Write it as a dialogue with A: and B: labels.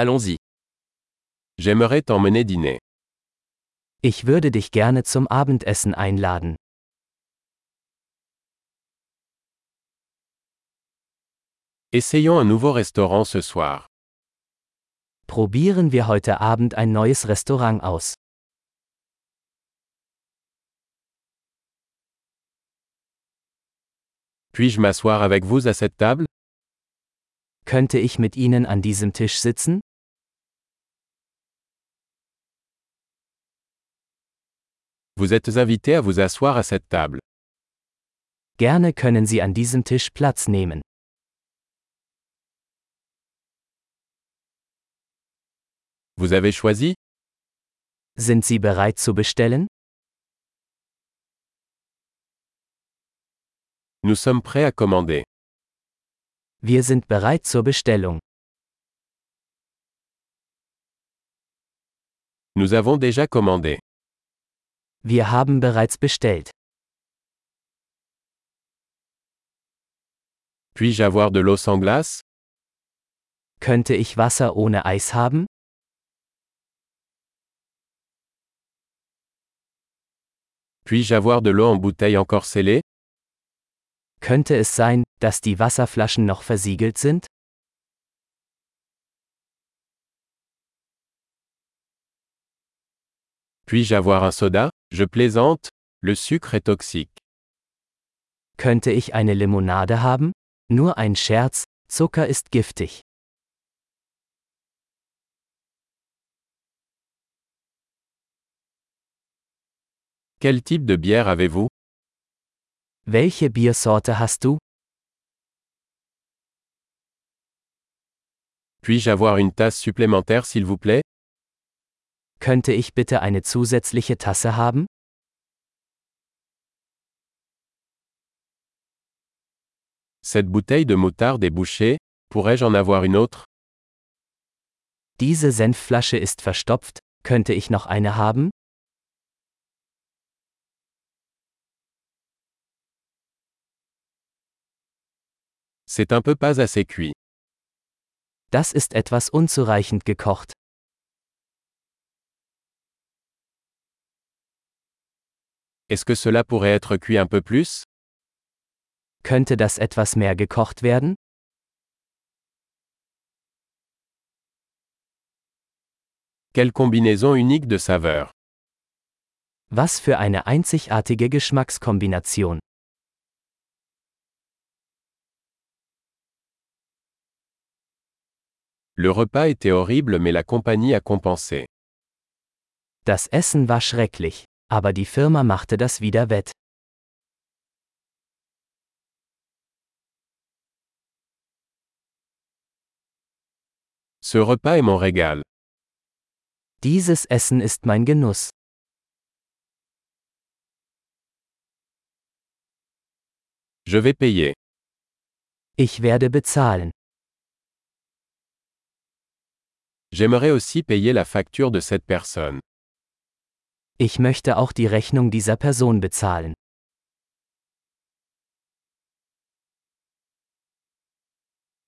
A: Allons-y. J'aimerais t'emmener dîner.
B: Ich würde dich gerne zum Abendessen einladen.
A: Essayons un nouveau restaurant ce soir.
B: Probieren wir heute Abend ein neues Restaurant aus.
A: Puis-je m'asseoir avec vous à cette table
B: Könnte ich mit Ihnen an diesem Tisch sitzen?
A: Vous êtes invité à vous asseoir à cette table.
B: Gerne können Sie an diesem Tisch Platz nehmen.
A: Vous avez choisi
B: Sind Sie bereit zu bestellen?
A: Nous sommes prêts à commander.
B: Wir sind bereit zur Bestellung.
A: Nous avons déjà commandé.
B: Wir haben bereits bestellt.
A: Puis-je avoir de l'eau sans glace
B: Könnte ich Wasser ohne Eis haben?
A: Puis-je avoir de l'eau en bouteille encore scellée
B: Könnte es sein, dass die Wasserflaschen noch versiegelt sind?
A: Puis-je avoir un soda Je plaisante. Le sucre est toxique.
B: Könnte ich eine Limonade haben? Nur ein Scherz, Zucker ist giftig.
A: Quel type de bière avez-vous
B: Welche Biersorte hast du?
A: Puis-je avoir une tasse supplémentaire s'il vous plaît
B: Könnte ich bitte eine zusätzliche Tasse haben?
A: Cette bouteille de moutarde est bouchée. Pourrais-je en avoir une autre
B: Diese Senfflasche ist verstopft, könnte ich noch eine haben?
A: C'est un peu pas assez cuit.
B: Das ist etwas unzureichend gekocht.
A: Est-ce que cela pourrait être cuit un peu plus
B: Könnte das etwas mehr gekocht werden?
A: Quelle combinaison unique de saveurs
B: Was für eine einzigartige Geschmackskombination.
A: Le repas était horrible mais la compagnie a compensé.
B: Das Essen war schrecklich, aber die Firma machte das wieder wett.
A: Ce repas est mon régal.
B: Dieses Essen ist mein Genuss.
A: Je vais payer.
B: Ich werde bezahlen.
A: J'aimerais aussi payer la facture de cette personne.
B: Ich möchte auch die Rechnung dieser Person bezahlen.